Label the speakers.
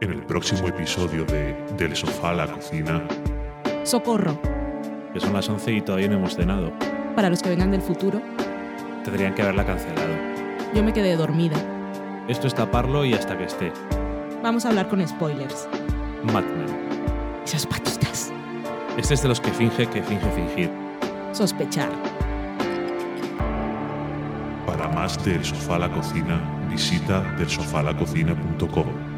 Speaker 1: en el próximo episodio de Del sofá a la cocina.
Speaker 2: Socorro.
Speaker 3: Que son las 11 y todavía no hemos cenado.
Speaker 2: Para los que vengan del futuro,
Speaker 3: Tendrían que haberla cancelado.
Speaker 2: yo me quedé dormida.
Speaker 3: Esto es taparlo y hasta que esté.
Speaker 2: Vamos a hablar con spoilers.
Speaker 3: Madman.
Speaker 2: Esas patitas.
Speaker 3: Este es de los que finge que finge fingir.
Speaker 2: Sospechar.
Speaker 1: Para más de El sofá a la cocina, visita delsofalacocina.com.